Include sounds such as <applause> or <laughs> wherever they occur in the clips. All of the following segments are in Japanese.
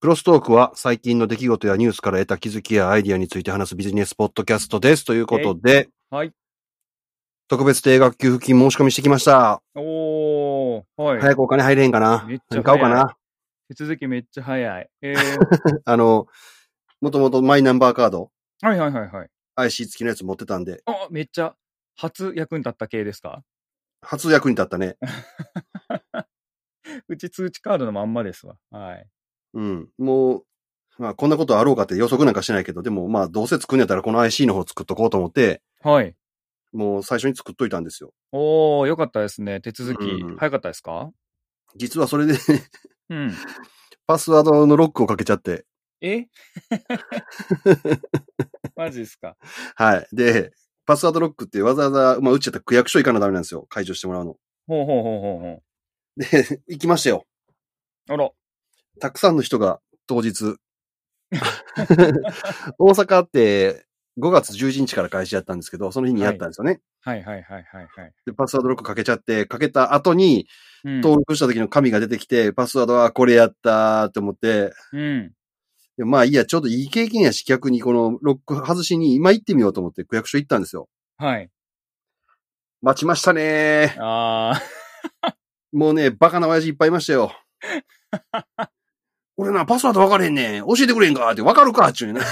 クロストークは最近の出来事やニュースから得た気づきやアイディアについて話すビジネスポッドキャストです。ということで、はい。特別定額給付金申し込みしてきました。おー、はい。早くお金入れへんかなめっちゃ早何い買おうかな手続きめっちゃ早い。 <laughs> えー、あの、もともとマイナンバーカード、はいはいはいはい。 IC 付きのやつ持ってたんで、あ、めっちゃ初役に立った系ですか初役に立った <laughs> ね。うち通知カードのまんまですわ。はい。うん。もう、まあこんなことあろうかって予測なんかしないけど、でもまあどうせ作るんやったらこの IC の方作っとこうと思って、はい。もう最初に作っといたんですよ。おー、よかったですね。手続きうん。早かったですか実はそれで <laughs> うん。パスワードのロックをかけちゃって、 <laughs> えマジですか。はい。で、パスワードロックってわざわざ、まあ、打っちゃったら区役所行かなダメなんですよ。解除してもらうの。ほうほうほうほうほで、 <laughs> 行きましたよ。う。あら。たくさんの人が当日。 <laughs> 大阪って5月11日から開始やったんですけど、その日にやったんですよね。はいはいはいはいはい。で、パスワードロックかけちゃって、かけた後にうん。登録した時の紙が出てきて、パスワードはこれやったーって思って、うん。でまあいいや、ちょうどいい経験やし、逆にこのロック外しに今行ってみようと思って区役所行ったんですよ。はい。待ちましたねあー。ー。もうね、バカな親父いっぱいいました <laughs> よ。俺な、パスワード分かれへんねん。教えてくれへんかって、分かるかっち <laughs> ゅうねんな。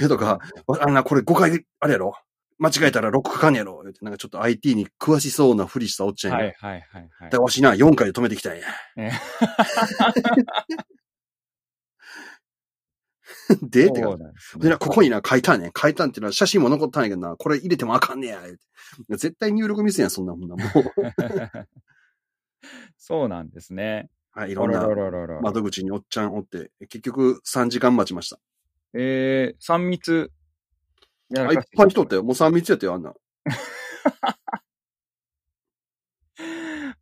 えとか、わあんな、これ5回、あれやろ間違えたらロックかかんねやろ言うてなんかちょっと IT に詳しそうなふりしたおっちゃんや。はいはいはいはいだ。わしな、4回で止めてきたんやえ。 <laughs> でってそかう。なんですねでな、ここにな、書いたんねん。書いたんっていうのは写真も残ったんやけどな、これ入れてもあかんねや。言うて絶対入力ミスやん、そんなもんな。もう、 <laughs> そうなんですね。はい、いいろんなま、窓口におっちゃんおって、結局3時間待ちました。えー、3密。やあいっぱい人おったよ。もう3密やったよ、あんな。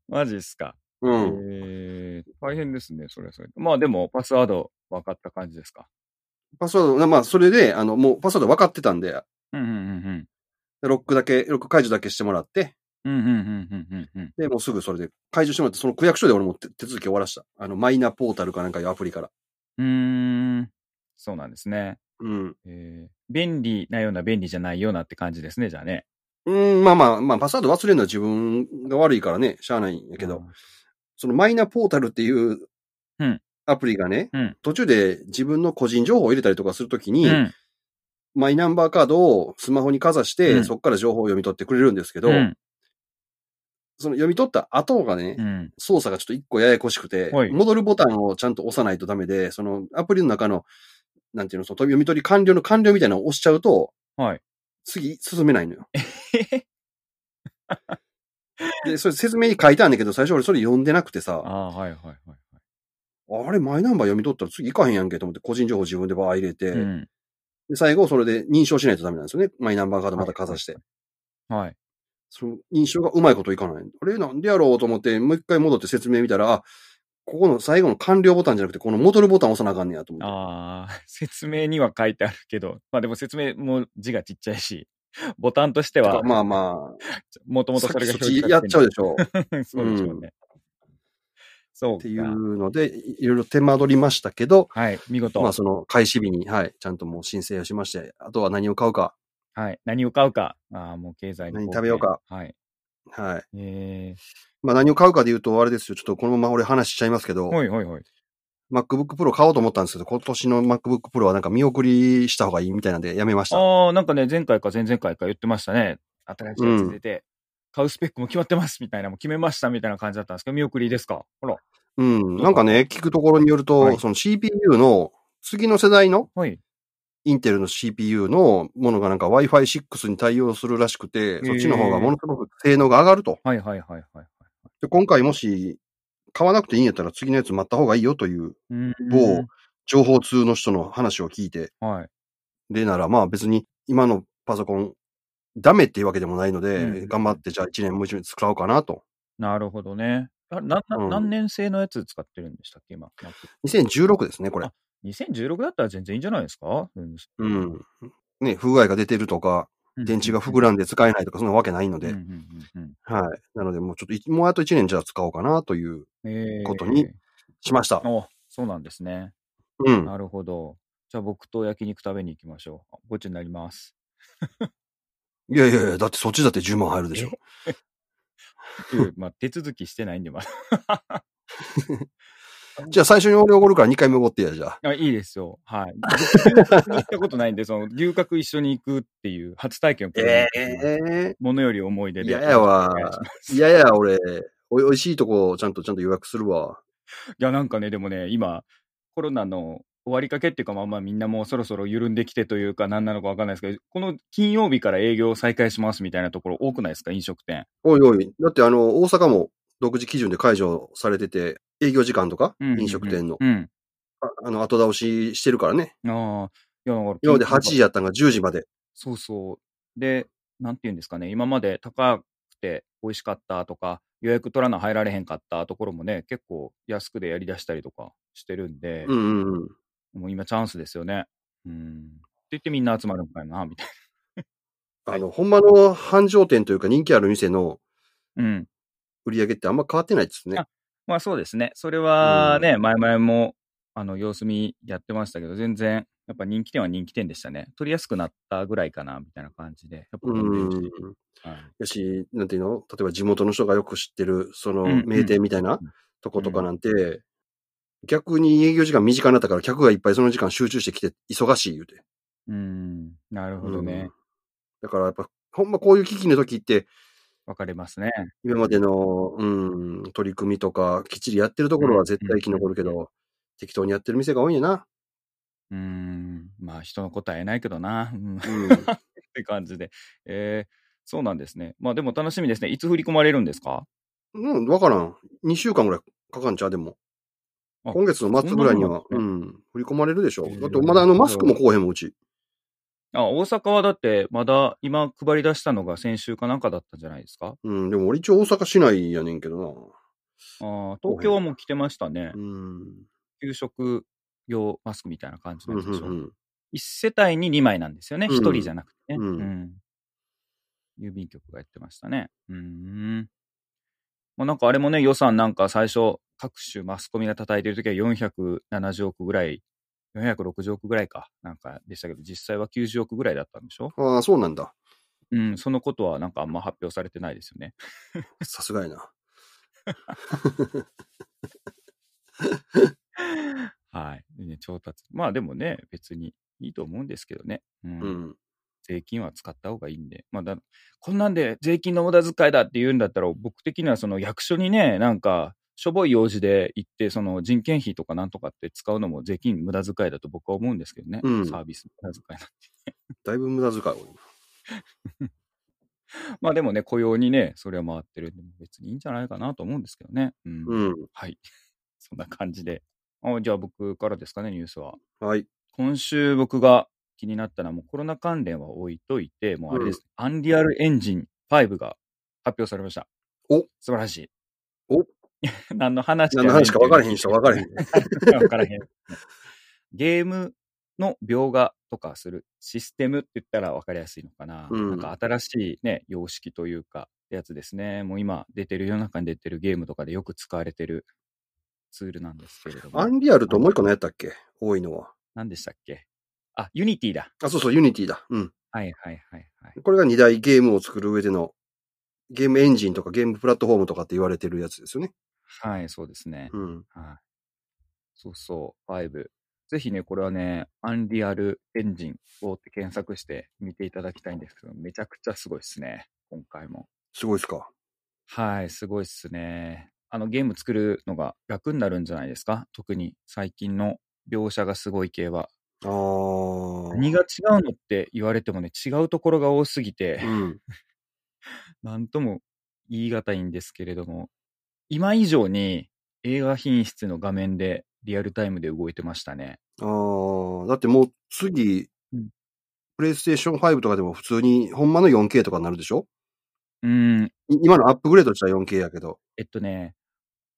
マジっすか。うん。えー、大変ですね、それはそれで。まあでも、パスワード分かった感じですか。パスワード、なまあ、それで、あの、もうパスワード分かってたんで、うんうんうんロックだけ、ロック解除だけしてもらって、うん。うんうんうんうんうんうん。で、もうすぐそれで解除してもらって、その区役所で俺も手手続き終わらした。あの、マイナポータルかなんかいうアプリから。うーん、そうなんですね。うん。えー、便利なような便利じゃないようなって感じですね、じゃあね。うん、まあまあ、まあ、パスワード忘れるのは自分が悪いからね、しゃあないんやけど、そのマイナポータルっていううんアプリがね、うん途中で自分の個人情報を入れたりとかするときうに、ん。うん。マイナンバーカードをスマホにかざして、うんそこから情報を読み取ってくれるんですけど、うん。その読み取った後がね、うん。操作がちょっと一個ややこしくて、はい戻るボタンをちゃんと押さないとダメで、そのアプリの中の、なんていうの、その読み取り完了の完了みたいなのを押しちゃうと、はい。次進めないのよ。で、それ説明に書いてあるんだけど、最初俺それ読んでなくてさ、ああー、はいはいはいはい。あれ、マイナンバー読み取ったら次行かへんやんけと思って、個人情報自分でバー入れて、うん。で最後それで認証しないとダメなんですよね。マイナンバーカードまたかざして。はい。その認証がうまいこといかない。あれ、なんでやろうと思って、もう一回戻って説明見たら、あ、ここの最後の完了ボタンじゃなくて、この戻るボタン押さなあかんねやと思って。ああ、説明には書いてあるけど、まあでも説明も字がちっちゃいし、ボタンとしてとはか、まあまもとあ、もさとっそれきがそっちやっちゃうでしょう。っょ。そうでしょうね。そうか。ていうので、いろいろ手間取りましたけど、はい、見事。まあその開始日に、はい、ちゃんともう申請をしまして、あとは何を買うか、はい。何を買うか。ああ、もう経済に何貢献食べようか。はい。はい。えまあ何を買うかで言うと、あれですよ、ちょっとこのまま俺話しちゃいますけど、ー、ほいほいほい。 MacBook Pro 買おうと思ったんですけど、今年の MacBook Pro はなんか見送りした方がいいみたいなんでやめました。ああ、なんかね、前回か前々回か言ってましたね。新しいやつ出て、買うスペックも決まってますみたいな、もう決めましたみたいな感じだったんですけど、見送りですか。ほら。うん。なんかね、聞くところによると、はいその CPU の、次の世代の、はい。インテルの CPU のものがなんか Wi-Fi6 に対応するらしくて、ーそっちの方がものすごく性能が上がると。はいはいはいはい。で今回もし、買わなくていいんやったら次のやつ待った方がいいよといううん某情報通の人の話を聞いて、はい。でならまあ別に今のパソコン、ダメっていうわけでもないので、うん頑張ってじゃあ1年もう一年使おうかなと。なるほどね。あななうん何年製のやつ使ってるんでしたっけ、今。 2016ですね、これ。 2016だったら全然いいんじゃないですか、うんうん。ね、不具合が出てるとか、電池が膨らんで使えないとか、そんなわけないのうんでう、んうんうんはい。なので、もうちょっとい、もうあと1年じゃあ使おうかなという、えーことにしました。おそうなんですね。うん。なるほど。じゃあ僕と焼肉食べに行きましょう。ごちにな <laughs> ります。いやいやいや、だってそっちだって10万入るでしょ。いやまあ手続きしてないんで、まだ。 <laughs> じゃあ最初に俺おごるから2回目おごってや、じゃあ。あいいですよ。はい。僕牛角に行ったことないんで、その牛角一緒に行くっていう初体験をえものより思い出で。嫌やわお願いしますいやいや、俺、おいおいしいとこ、ちゃんとちゃんと予約するわ。 <laughs> いや、なんかね、でもね、今、コロナの終わりかけっていうか、まあまあみんなもうそろそろ緩んできてというか、何なのかわかんないですけど、この金曜日から営業再開しますみたいなところ多くないですか、飲食店。おいおい、だってあの、大阪も独自基準で解除されてて、営業時間とか、うんうんうん飲食店の、うん。ああの、後倒ししてるからね。ああ、いや、だから今まで8時やったんが10時まで。そうそう。で、なんて言うんですかね、今まで高くて美味しかったとか、予約取らな入られへんかったところもね、結構安くでやりだしたりとかしてるんで、うんうんうん。もう今チャンスですよね。うん。って言ってみんな集まるんかいな、みたいあの、ほんまの繁盛店というか人気ある店のな。 <laughs> うん。売り上げってあんま変わってないですね。あまあそうですね。それはね、前々も、あの、様子見やってましたけど、全然、やっぱ人気店は人気店でしたね。取りやすくなったぐらいかな、みたいな感じで。やっぱう混んでるんし。はいやし、なんていうの例えば地元の人がよく知ってる、そのうん名店みたいなうんとことかなんて、逆に営業時間短くなったから客がいっぱいその時間集中してきて忙しい言うて。うん。なるほどうんね。だからやっぱ、ほんまこういう危機の時って、わ、かりますね。今までの、うん、取り組みとか、きっちりやってるところは絶対生き残るけど、適当にやってる店が多いんやな。うーん、まあ人の答えないけどな、うん、 <laughs> っうん。て感じで。えー、そうなんですね。まあでも楽しみですね。いつ振り込まれるんですかうん、わからん。2週間ぐらいかかんちゃう、でも。あ今月の末ぐらいには、そんなもんなうんん、振り込まれるでしょへ。ーだって、まだあの、マスクもこうへんもん、うち。あ、大阪はだってまだ今配り出したのが先週かなんかだったんじゃないですかうん、でも俺一応大阪市内やねんけどあー東京はもう来てましたねな。う。ん。給食用マスクみたいな感じう、なんんうでしょ。ん、 1世帯に2枚なんですよね。うん1人じゃなくてね。ううんん。郵便局がやってましたね。うーん。まあ、なんかあれもね、予算なんか最初、各種マスコミが叩いてるときは470億ぐらい、460億ぐらいか、なんかでしたけど、実際は90億ぐらいだったんでしょうん。ああ、そうなんだ。うん、そのことはなんかあんま発表されてないですよね。さすがやな。はい。ね、調達。まあでもね、別にいいと思うんですけどね。ううんん。税金は使った方がいいんで、まあ、だこんなんで税金の無駄遣いだって言うんだったら、僕的にはその役所にね、なんか、しょぼい用事で行って、その人件費とかなんとかって使うのも税金無駄遣いだと僕は思うんですけどね、うんサービス無駄遣いな。だいぶ無駄遣い多い。 <laughs> まあでもね、雇用にね、それは回ってるんで、別にいいんじゃないかなと思うんですけどね。うん。うん。はい。 <laughs> そんな感じで。あじゃあ僕からですかね、ニュースは。はい。今週僕が気になったのはもうコロナ関連は置いといて、もうあれです、アンリアルエンジン5が発表されました。お素晴らしい。お <laughs> 何の話何の話か分からへん人分からへん。ん。 <laughs> 分からへん。ゲームの描画とかするシステムって言ったら分かりやすいのかな。うんなんか新しいね、様式というか、やつですね。もう今出てる、世の中に出てるゲームとかでよく使われてるツールなんですけれども。アンリアルともう一個何やったっけ多いのは。何でしたっけあ、ユニティだ。あ、そうそう、ユニティだ。うん。はいはいはいはい。これが二大ゲームを作る上での、ゲームエンジンとかゲームプラットフォームとかって言われてるやつですよね。はい、そうですね。うん。はい。そうそう、5。ぜひね、これはね、アンリアルエンジンをって検索して見ていただきたいんですけど、めちゃくちゃすごいですね。今回も。すごいっすか。はい、すごいっすね。あの、ゲーム作るのが楽になるんじゃないですか特に最近の描写がすごい系は。ああ。何が違うのって言われてもね、違うところが多すぎてう、ん。なんとも言い難いんですけれども、今以上に映画品質の画面でリアルタイムで動いてましたね。ああ、だってもう次うん、プレイステーション5とかでも普通に、ほんまの 4K とかになるでしょうん、い今のアップグレードした 4K やけど。えっとね、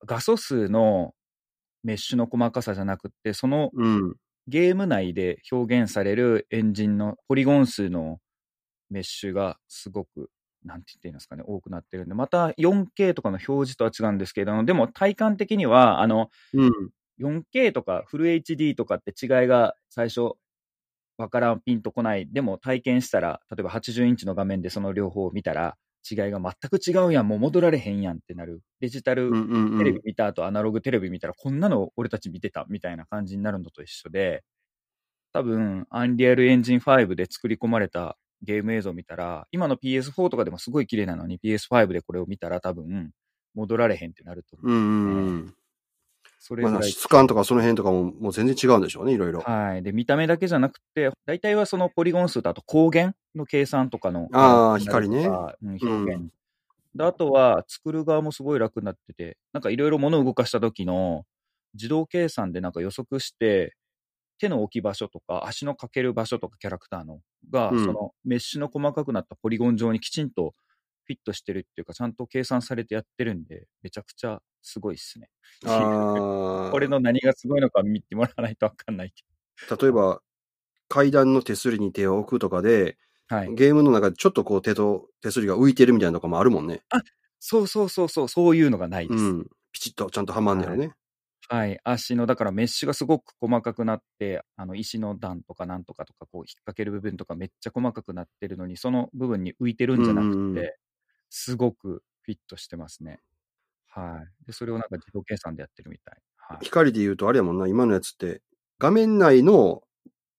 画素数のメッシュの細かさじゃなくって、そのうん。ゲーム内で表現されるエンジンのポリゴン数のメッシュがすごく、なんて言っていいんですかね、多くなってるんで、また 4K とかの表示とは違うんですけれども、でも体感的には、あの、うん。 4K とかフル HD とかって違いが最初、わからん、ピンとこない。でも体験したら、例えば80インチの画面でその両方を見たら、違いが全く違うやん、もう戻られへんやんってなる。デジタルうんうんうテレんビ。見た後、アナログテレビ見たら、こんなの俺たち見てたみたいな感じになるのと一緒で、多分、アンリアルエンジン5で作り込まれたゲーム映像見たら、今の PS4 とかでもすごい綺麗なのに、PS5 でこれを見たら多分、戻られへんってなると思う。うんうんそうん。れぐまらあ、い。質感とかその辺とかも、もう全然違うんでしょうね、いろいろ。はい。で、見た目だけじゃなくて、大体はそのポリゴン数とあと光源の計算とかの。あーになるとかうん、表現。で、あとは作る側もすごい楽になってて、なんかいろいろ物を動かした時の自動計算でなんか予測して、手の置き場所とか足のかける場所とかキャラクターのが、うんそのメッシュの細かくなったポリゴン上にきちんとフィットしてるっていうか、ちゃんと計算されてやってるんで、めちゃくちゃすごいっすね。ああ。これの何がすごいのか見てもらわないとわかんないけ例えば、階段の手すりに手を置くとかで、ど。はい。ゲームの中でちょっとこう手と手すりが浮いてるみたいなのとかもあるもんね。そうそうそうそう、そういうのがないでうす。ん。ピチッとちゃんとはまんねやろね。はい。足の、だからメッシュがすごく細かくなって、あの、石の段とかなんとかとか、こう、引っ掛ける部分とかめっちゃ細かくなってるのに、その部分に浮いてるんじゃなうんうんくうんて、すごくフィットしてますね。はい。で、それをなんか自動計算でやってるみたい。はい。光で言うとあれやもんな、今のやつって、画面内の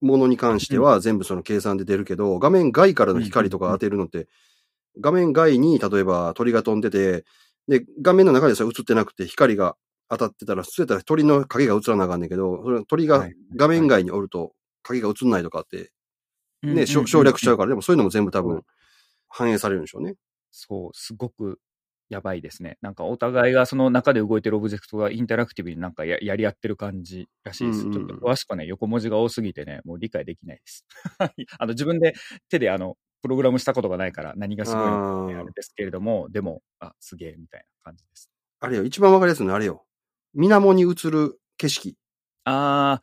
ものに関しては全部その計算で出るけど、画面外からの光とか当てるのって、画面外に例えば鳥が飛んでて、で、画面の中でそれ映ってなくて光が当たってたら、そうやったら鳥の影が映らなあかんねんけど、それ鳥はがい画面外におると影が映んないとかって、うんうんうんうね、ん省省略しちゃうから、でもそういうのも全部多う分反映されるんでしょうね。そう、すごくやばいですね。なんかお互いがその中で動いてるオブジェクトがインタラクティブになんかややり合ってる感じらしいです。うんうんうんちょっと詳しくはね、横文字が多すぎてね、もう理解できないです。あの自分で手であのプログラムしたことがないから何がすごいのかあねーあれですけれども、でも、あ、すげえみたいな感じです。あれよ、一番わかりやすいのはあれよ。水面に映る景色。あ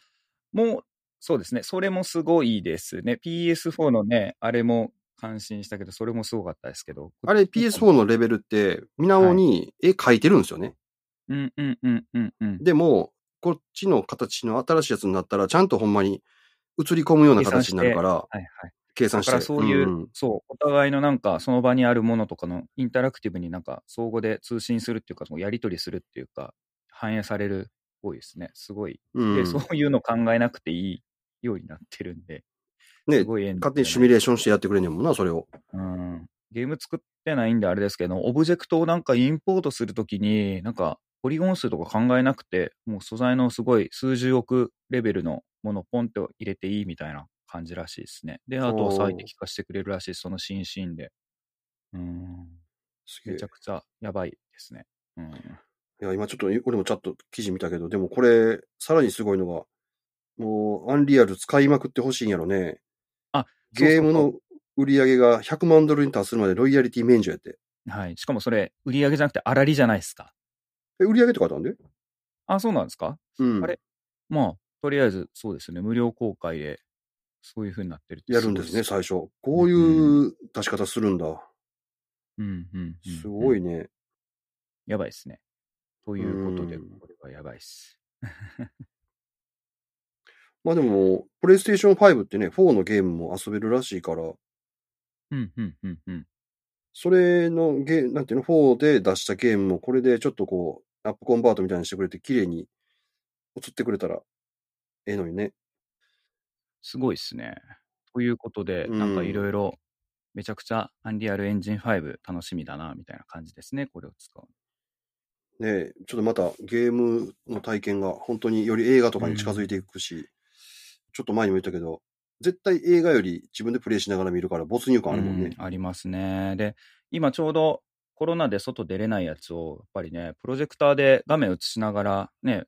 ー、もう、そうですね。それもすごいですね。PS4 のね、あれも感心したけど、それもすごかったですけど。あれ PS4 のレベルって、水面に絵描いてるんですよね。うんうんうんうんうん。でも、こっちの形の新しいやつになったら、ちゃんとほんまに映り込むような形になるから、はいはい。計算だして。からそういう、んそう、お互いのなんか、その場にあるものとかのインタラクティブになんか、相互で通信するっていうか、そのやり取りするっていうか、反映されるっぽいですね。すごい。うんで、そういうの考えなくていいようになってるんで、ねす、ごい縁勝手にシミュレーションしてやってくれんねんもんな、それを。うん。ゲーム作ってないんであれですけど、オブジェクトをなんかインポートするときに、なんか、ポリゴン数とか考えなくて、もう素材のすごい数十億レベルのものポンと入れていいみたいな感じらしいですね。で、あとは最適化してくれるらしいです、その新シーンで。うん。すげえめちゃくちゃやばいですね。うん。いや、今ちょっと、俺もちょっと記事見たけど、でもこれ、さらにすごいのが、もう、アンリアル使いまくってほしいんやろね。あ、ゲームそうそうの売り上げが100万ドルに達するまでロイヤリティ免除やって。そうはい。しかもそれ、売り上げじゃなくて、あらりじゃないですか。え、売り上げって書いてあるんであ、そうなんですかうん。あれまあ、とりあえず、そうですね。無料公開で、そういう風になってるってやるんですね、ごいっ最初。こういう出し方するんだ。うんうんうんうんすごいね。やばいですね。ということで、うんこれはやばいっす。まあでも、プレイステーション5ってね、4のゲームも遊べるらしいから、うん、うん、うん、うん。それのゲー、なんていうの、4で出したゲームも、これでちょっとこう、アップコンバートみたいにしてくれて、綺麗に映ってくれたら、ええのにね。すごいっすね。ということで、うんなんかいろいろ、めちゃくちゃ、アンリアルエンジン5楽しみだな、みたいな感じですね。これを使う。ねえちょっとまたゲームの体験が本当により映画とかに近づいていくし、ちょっと前にも言ったけど、絶対映画より自分でプレイしながら見るから没入感あるもんね。うんありますね。で、今ちょうどコロナで外出れないやつを、やっぱりね、プロジェクターで画面映しながらね、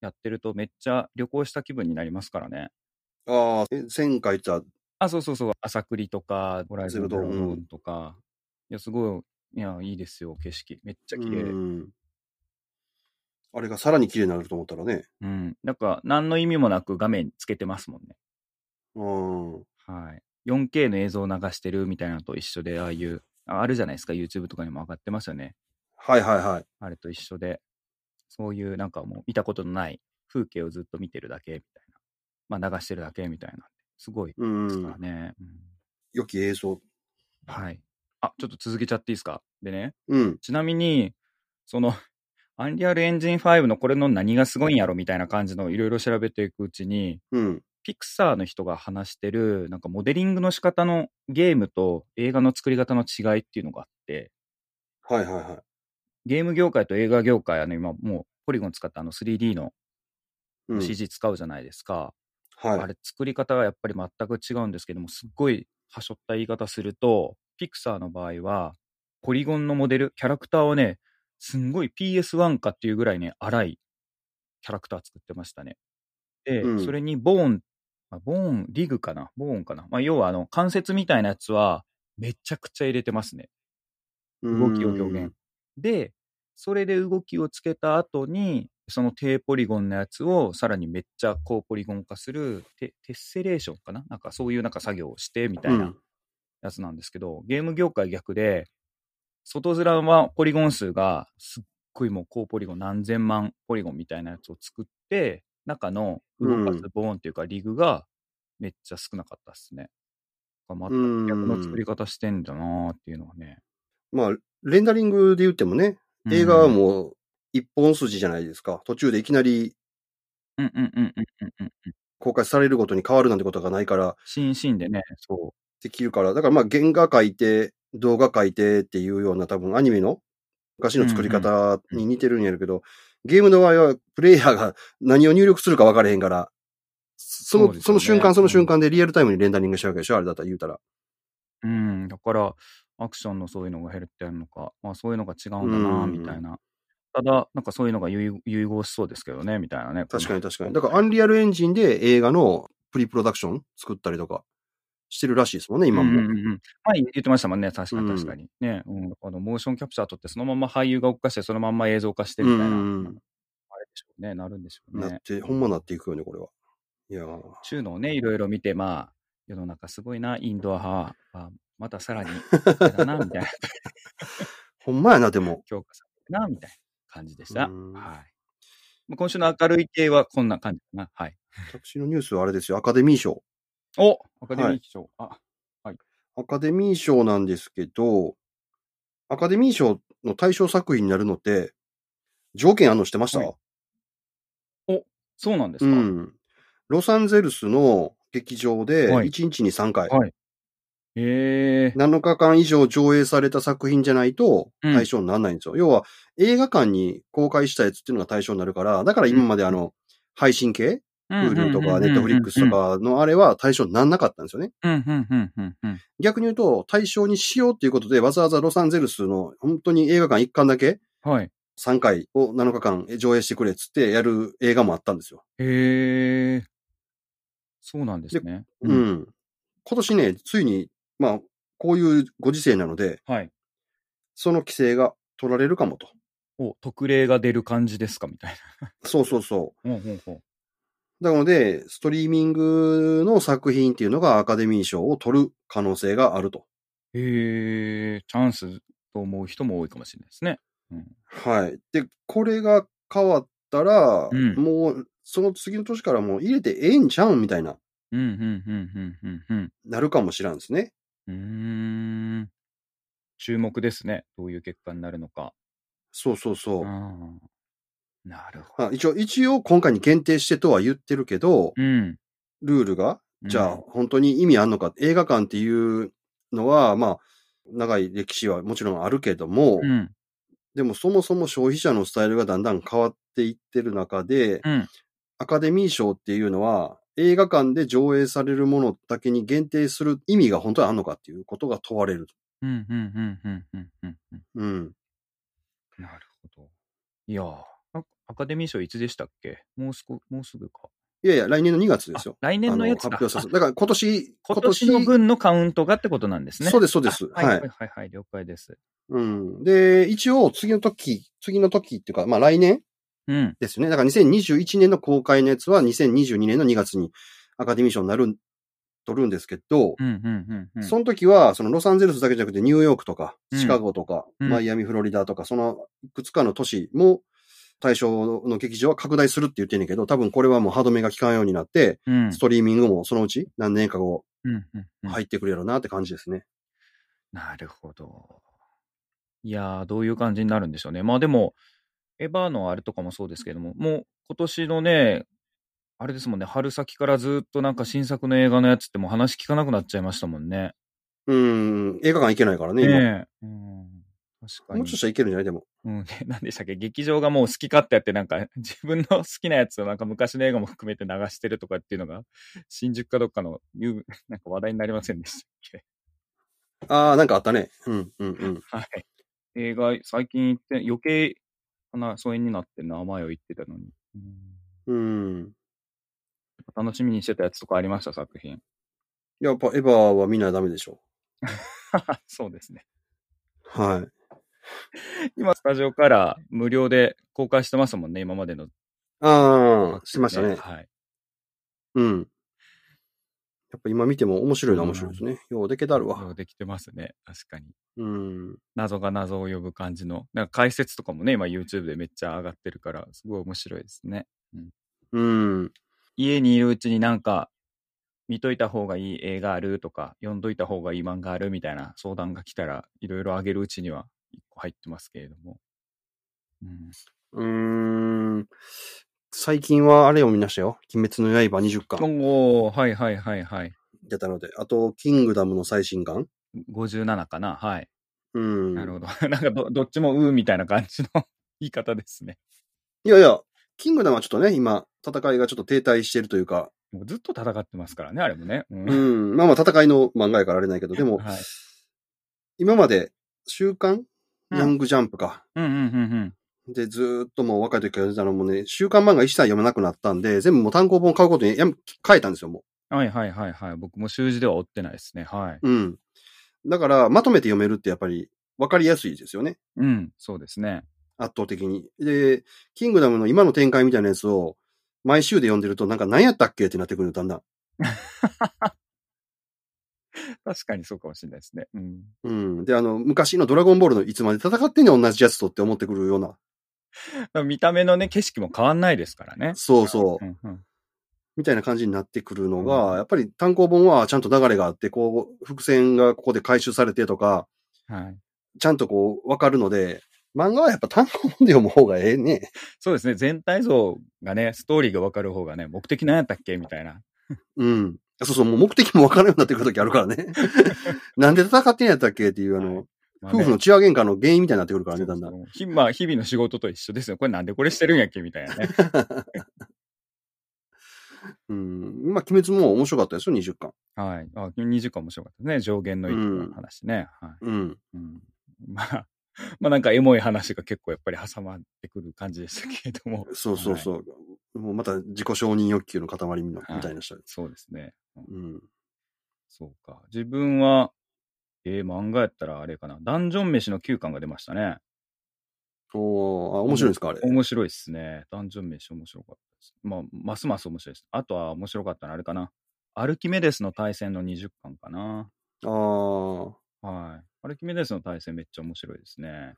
やってるとめっちゃ旅行した気分になりますからね。ああ、え前回言った、あ、そうそうそう、朝栗とか、ホライズンゼロドーンゼロドーンとか、いや、すごい、いや、いいですよ、景色。めっちゃ綺麗。ううん。んあれがさらに綺麗になると思ったらね。なんか、何の意味もなく画面つけてますもんね。うん。はい。 4K の映像を流してるみたいなのと一緒で、ああいう、ああるじゃないですか、YouTube とかにも上がってますよね。はいはいはい。あれと一緒で、そういうなんかもう見たことのない風景をずっと見てるだけみたいな。まあ流してるだけみたいな。すごいでうすからん。ね。うん良き映像。はい。あ、ちょっと続けちゃっていいですか。でね、うん。ちなみに、その、 <laughs> アンリアルエンジン5のこれの何がすごいんやろみたいな感じのいろいろ調べていくうちに、うん。ピクサーの人が話してる、なんかモデリングの仕方のゲームと映画の作り方の違いっていうのがあって、はいはいはい。ゲーム業界と映画業界はね、今もうポリゴン使ったあの 3D のうん。 CG 使うじゃないですか。あはい。れ作り方がやっぱり全く違うんですけども、すっごい端折った言い方すると、ピクサーの場合は、ポリゴンのモデル、キャラクターをね、すんごい PS1 かっていうぐらいね、荒いキャラクター作ってましたね。で、うんそれにボーン、あボーン、リグかなボーンかなまあ、要はあの、関節みたいなやつは、めちゃくちゃ入れてますね。動きを表現。で、それで動きをつけた後に、その低ポリゴンのやつをさらにめっちゃ高ポリゴン化するテテッセレーションかななんかそういうなんか作業をしてみたう。いなんやつなんですけど、ゲーム業界逆で、外面はポリゴン数がすっごいもう高ポリゴン何千万ポリゴンみたいなやつを作って、中の動かすボーンっていうかリグがめっちゃ少なかったっすね。またうん逆の作り方してんだなーっていうのはね。まあ、レンダリングで言ってもね、映画はもう一本筋じゃないですか。途中でいきなりうん、うんうんうんうんうんうん。公開されるごとに変わるなんてことがないから、新シーンでね、そできるから、だからまあ原画描いて、動画描いてっていうような多分アニメの昔の作り方に似てるんやるけど、ゲームの場合はプレイヤーが何を入力するか分からへんから、そのそそ,、うですよねの瞬間その瞬間でリアルタイムにレンダリングしちゃうわけでしょあれだったら言うたら。う。うん、だから、アクションのそういうのが減るってあるのか、まあそういうのが違うんだな、うんみたいな。ただ、なんかそういうのが融合融合しそうですけどね、みたいなね。確かに確かに。だこのからアンリアルエンジンで映画のプリプロダクション作ったりとかしてるらしいですもんね、今うんも。うんうん前言ってましたもんね、確かにうん確かに。ね、うんあの、モーションキャプチャー撮って、そのまま俳優が動かして、そのまんま映像化してみたいな、うんあれでしょうね、なるんでしょうなっね。て、ほんまなっていくよね、これは。いやー中のをね、いろいろ見て、まあ、世の中すごいな、インドア派は、あまたさらに、あれだな、みたいな、 <laughs> ほんまやな、でも。強化されてるな、みたいな感じでした。うんはい。まあ今週の明るい系はこんな感じかな。はい。私のニュースはあれですよ、アカデミー賞。おアカデミー賞。あ、アカデミー賞なんですけど、アカデミー賞の対象作品になるのって、条件あるのしてました、はいそうなんですうか、ん。ロサンゼルスの劇場ではい1日に3回、はいへえ。 7日間以上上映された作品じゃないとうん対象にならないんですよ。要は映画館に公開したやつっていうのが対象になるから、だから今まであの、配信系、Hulu とか Netflix と。かのあれは対象にならなかったんですよね。うん、うん、うん、うん、うん。逆に言うと、対象にしようっていうことで、わざわざロサンゼルスの本当に映画館1巻だけはい。 3回を7日間上映してくれっつってやる映画もあったんですよ。へえ。そうなんですね。うん。。今年ね、ついに、まあ、こういうご時世なので、はい。その規制が取られるかもと。お、特例が出る感じですかみたいそうそうそな。ほうほうほう。う。なので、ストリーミングの作品っていうのがアカデミー賞を取る可能性があると。へえ、チャンスと思う人も多いかもしれないですね。はい。で、これが変わったら、うんもう、その次の年からもう入れてええんちゃうんみたいな、うん、うん、うん、うん、うん、うん。なるかもしらんですね。うーん。注目ですね。どういう結果になるのか。そうそうそう。うんなるほまあ一応、一応今回に限定してとは言ってるけど、ど。うん。ルールが、じゃうあん本当に意味あんのか、映画館っていうのは、まあ、長い歴史はもちろんあるけども、うん。でもそもそも消費者のスタイルがだんだん変わっていってる中で、うんアカデミー賞っていうのは、映画館で上映されるものだけに限定する意味が本当にあんのかっていうことが問われる。うん。うん。うん。うん。うん。うん。ううんん。なるほど。いやーあアカデミー賞いつでしたっけもうすぐ、もうすぐか。いやいや、来年の2月であすよ。来年のやつあだ発表させだから今年、今年の分のカウントがってことなんですね。そうでです、そうです。はい、はい、はい、はい、了解です。うん。で、一応、次の時、次の時っていうか、まあ来年うん。ですよね。だから2021年の公開のやつは2022年の2月にアカデミー賞になる撮るんですけど、うんうんうんうん。その時は、そのロサンゼルスだけじゃなくて、ニューヨークとか、うんシカゴとか、うんマイアミ、フロリダとか、そのいくつかの都市も対象の劇場は拡大するって言ってんねんけど、多分これはもう歯止めが効かんようになって、うんストリーミングもそのうち何年か後うんうんうん入ってくるやろうなって感じですね。なるほど。いやー、どういう感じになるんでしょうね。まあでも、エヴァのあれとかもそうですけども、もう今年のね、あれですもんね、春先からずっとなんか新作の映画のやつってもう話聞かなくなっちゃいましたもんね。うん、映画館行けないからね、今。ねえ。うん、確かに。もうちょっとしたらいけるんじゃないでも。うん、で、なんでしたっけ劇場がもう好き勝手やって、なんか、 <laughs> 自分の好きなやつをなんか昔の映画も含めて流してるとかっていうのが、新宿かどっかの、いう <laughs> なんか話題になりませんでしたっけああ、なんかあったね。うん、うん、うん。はい。映画、最近行って、余計、な疎遠になって名前を言ってたのに。うん。楽しみにしてたやつとかありました、作品。やっぱエヴァは見ないダメでしょ。そうですね。はい。今、スタジオから無料で公開してますもんね、今までの。ああ、しましたね。はい。うん。やっぱ今見ても面白いのは面白いですね。ようでけだるわ。できてますね、確かに。うん。謎が謎を呼ぶ感じの。なんか解説とかもね、今 YouTube でめっちゃ上がってるから、すごい面白いですね。うん。家にいるうちになんか、見といた方がいい映画あるとか、読んどいた方がいい漫画あるみたいな相談が来たら、いろいろあげるうちには一個入ってますけれども。うん、うーん。最近はあれを見ましたよ。鬼滅の刃20巻おおはいはいはいはい。出たので。あと、キングダムの最新巻57かなはい。うん。なるほど。 <laughs> なんかどどっちもうーみたいな感じの <laughs> 言い方ですね。いやいや、キングダムはちょっとね、今、戦いがちょっと停滞してるというか、もうずっと戦ってますからね、あれもね。ううんん。まあまあ戦いの漫画やからあれないけど、でも、はい。今まで、週刊うんヤングジャンプか。うんうんうんうん。で、ずーっともう若い時から読んでたのもね、週刊漫画一切読めなくなったんで、全部もう単行本買うことにやめ変えたんですよ、もはいはいはいはい。僕も習字では追ってないですね。はい。う。うん。だから、まとめて読めるってやっぱり分かりやすいですよね。うん、そうですね。圧倒的に。で、キングダムの今の展開みたいなやつを、毎週で読んでると、なんか何やったっけってなってくるの、だんだん。確かにそうかもしれないですね。うん。うん。で、あの、昔のドラゴンボールのいつまで戦ってんねん、同じやつとって思ってくるような。見た目のね、景色も変わんないですからね。そうそうう。んうん、みたいな感じになってくるのうが、んやっぱり単行本はちゃんと流れがあって、こう、伏線がここで回収されてとか、はい。ちゃんとこう、わかるので、漫画はやっぱ単行本で読む方がええね。そうですね。全体像がね、ストーリーが分かる方がね、目的なんやったっけみたいな。うん。そうそう、もう目的もわからんようになってくるときあるから <laughs> ね。なんで戦ってんやったっけっていう、あの、まあね夫婦の血は喧嘩の原因みたいになってくるからね、だんだん。そうそうひまあ、日々の仕事と一緒ですよ。これなんでこれしてるんやっけみた <laughs> いなね。うん。まあ、鬼滅も面白かったですよ、20巻。はい。あ、20巻面白かったですね。上限の一個の話ね。はい。うん。うんまあ、まあなんかエモい話が結構やっぱり挟まってくる感じでしたけれども。そうそうそう。もうまた自己承認欲求の塊みのみたいな人。そうですね。うんうん。そうか。自分は、えー、漫画やったらあれかな。ダンジョン飯の9巻が出ましたね。おーあ、面白いんですか、あれ。面白いっすね。ダンジョン飯面白かったです。まあ、ますます面白いです。あとは面白かったのはあれかな。アルキメデスの対戦の20巻かな。ああ、もはい。アルキメデスの対戦めっちゃ面白いですね。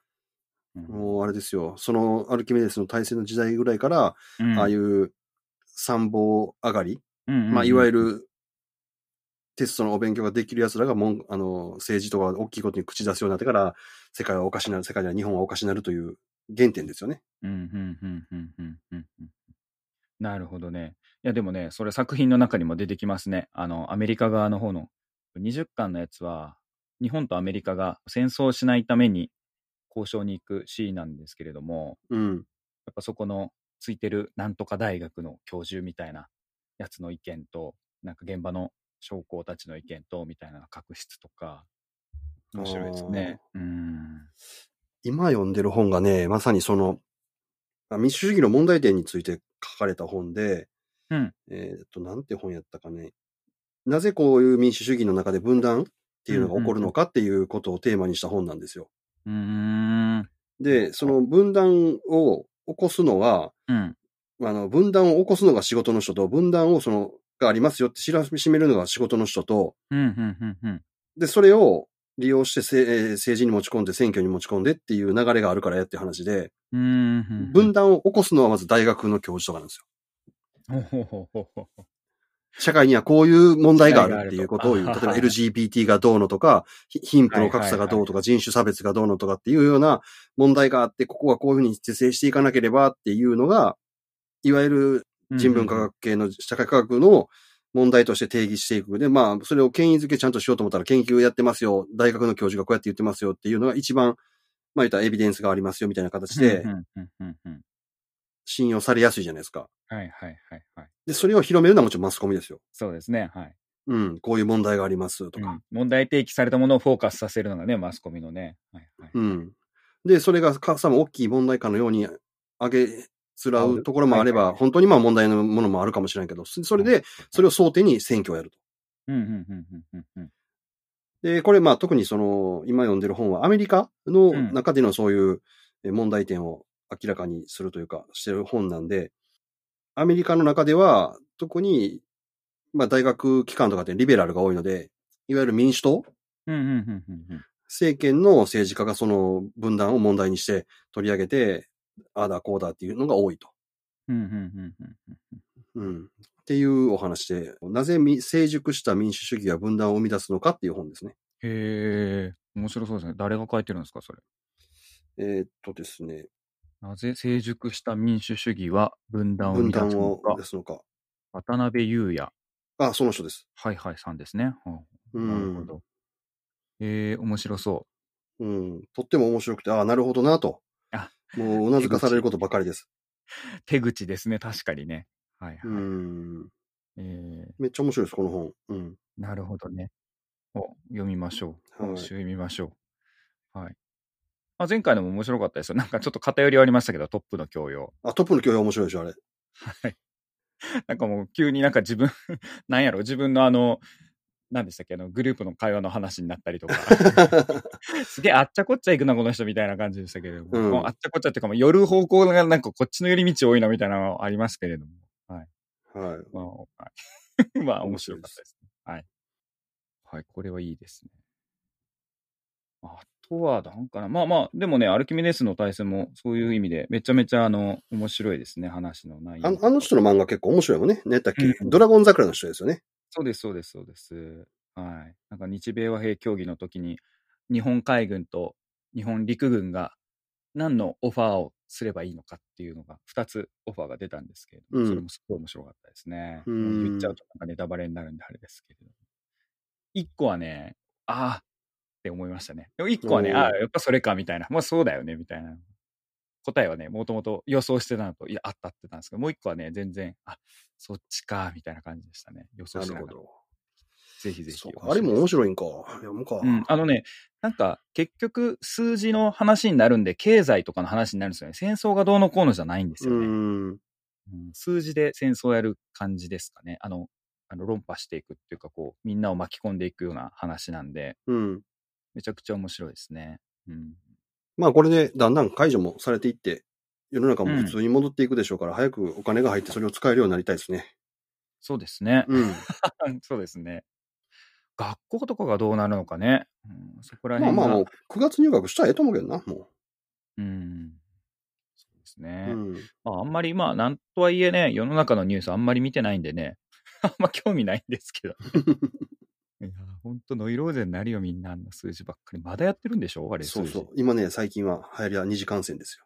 うんうあれですよ。その、アルキメデスの対戦の時代ぐらいから、ああい、う参謀上がりまあ、いわゆる、る、テストのお勉強ができる奴らがもん、あの、政治とか大きいことに口出すようになってから、世界はおかしなる、世界では日本はおかしなるという原点ですよね。うんうんうんうんうんうんうんなるほどね。いやでもね、それ作品の中にも出てきますね。あの、アメリカ側の方の20巻のやつは、日本とアメリカが戦争をしないために交渉に行くシーンなんですけれども、うん。やっぱそこのついてるなんとか大学の教授みたいなやつの意見と、なんか現場の将校たちの意見と、みたいなの確執とか、面白いですね。うん。今読んでる本がね、まさにその、あ民主主義の問題点について書かれた本で、うんえーっと、なんて本やったかね。なぜこういう民主主義の中で分断っていうのが起こるのかっていうことをテーマにした本なんですよ。うーん。で、その分断を起こすのは、うん。あの、分断を起こすのが仕事の人と、分断をその、がありますよって知らしめるのが仕事の人と、うん、うん、うん、うん。で、それを利用してせ、えー政治に持ち込んで、選挙に持ち込んでっていう流れがあるからやって話で、うんうんうん。分断を起こすのはまず大学の教授とかなんですよ。ほほほほほほ。社会にはこういう問題があるっていうことを言う。問例題えがばあると LGBT がどうのとか、ひ貧富の格差がどうとか、人種差別がどうのとかっていうような問題があって、ここはこういうふうに是正していかなければっていうのが、いわゆる人文科学系の社会科学の問題として定義していく。で、まあ、それを権威づけちゃんとしようと思ったら、研究やってますよ。大学の教授がこうやって言ってますよっていうのが一番、まあ言ったらエビデンスがありますよみたいな形でうん、うん、うん、うん。信用されやすいじゃないですか。はい、はい、はい、はい。で、それを広めるのはもちろんマスコミですよ。そうですね、はい。うん、こういう問題がありますとうか。ん問題提起されたものをフォーカスさせるのがね、マスコミのね。はい、はい。うん。で、それがかさも大きい問題かのように上げつらうところもあれはいはいば、はい本当にまあ問題のものもあるかもしれないけど、そそれで、それを想定に選挙をやると。うん、うん、うん、うん、うん、うん。で、これまあ特にその、今読んでる本はアメリカのうん中でのそういうえ問題点を明らかにするというか、してる本なんで、アメリカの中では特に、まあ大学機関とかってリベラルが多いので、いわゆる民主党うん、うん、うん、うんうん。政権の政治家がその分断を問題にして取り上げて、ああだこうだっていうのが多いと。うん、うん、うん、うんうん。うん。っていうお話で、なぜみ成熟した民主主義が分断を生み出すのかっていう本ですね。へえ、面白そうですね。誰が書いてるんですか、それ。えーっとですね、なぜ成熟した民主主義は分断を生分み出断すのをか出。すのか。渡辺裕也、あ、その人です。はいはいさんですね。ううん、ん。なるほど。えー、面白そうん。とっても面白くて、ああ、なるほどなと。あもう、うなずかされることばかり <laughs> です。う。手口ですね、確かにね。はいはうい。ん。えー、めっちゃ面白いです、この本。うん。なるほどね。お読みましょう。はい今週読みましょう。はい。あ、前回のも面白かったですよ。なんかちょっと偏りはありましたけど、トップの教養。あ、トップの教養面白いでし <laughs> ょ、あれ。なんかもう急になんか自分、 <laughs> なんやろ、自分のあの、何でしたっけ、あの、グループの会話の話になったり <laughs> とか。すげえあっちゃこっちゃ行くな、この人みたいな感じでしたけれども、うんこうあっちゃこっちゃっていうか、もう寄る方向がなんかこっちの寄り道多いなみたいなのはありますけれども、はい。まあ <laughs> はい、まあ面白かったですね。はい。はい、これはいいですね。あとは、なんかな、まあまあ、でもね、アルキメデスの体制もそういう意味で、めちゃめちゃあの、面白いですね、話の内容。あのあの人の漫画結構面白いもんね。ねったっけ、うんドラゴン桜の人ですよね。そうです、そうです、そうです。はい。なんか日米和平協議の時に、日本海軍と日本陸軍が何のオファーをすればいいのかっていうのが、2つオファーが出たんですけれども、うんそれもすごい面白かったですね。うんもう言っちゃうとなんかネタバレになるんであれですけれども。1個はね、ああって思いましたね。でも1個はね、おーああ、やっぱそれかみたいな、まあそうだよねみたいな。答えはね、もともと予想してたのと、いや、あったってたんですけど、もう1個はね、全然、あそっちか、みたいな感じでしたね。予想なしてるなかほった。ど。ぜひぜひそう。あれも面白いんか。読むか。うん、あのね、なんか結局数字の話になるんで、経済とかの話になるんですよね。戦争がどうのこうのじゃないんですようね。ん。うん数字で戦争をやる感じですかね。あの、あの論破していくっていうか、こう、みんなを巻き込んでいくような話なんで、うん。めちゃくちゃ面白いですね。うん。まあこれでだんだん解除もされていって、世の中も普通に戻っていくでしょうから、早くお金が入ってそれを使えるようになりたいですね。そうですね。うん。そうですね。学校とかがどうなるのかね。うん、そこらまあ辺まが。あもう9月入学したらええと思うけどな、もうん。そうですう。ね。うん。まあ、あんまりまあ、なんとはいえね、世の中のニュースあんまり見てないんでね、 <laughs> あんま興味ないんですけど <laughs> ね。いや、ほんとノイローゼになるよ、みんな、あんな数字ばっかり。まだやってるんでしょあれ、そうそう数字。。今ね、最近は流行りは二次感染です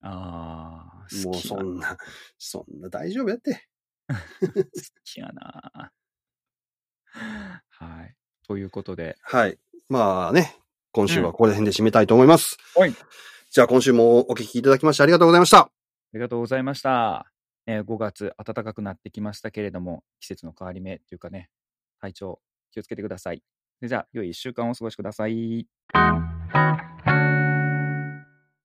ああ、よ。好もうきそやな。好んな、 <laughs> そんな大丈夫やって。きやな。 <laughs> はい。ということで、はい。まあね、今週はここら辺で締めたいと思います。うんはいじゃあ今週もお聞きいただきましてありがとうございました。ありがとうございました。えー5月、暖かくなってきましたけれども、季節の変わり目というかね、体調気をつけてください。それじゃあ、良い1週間をお過ごしください。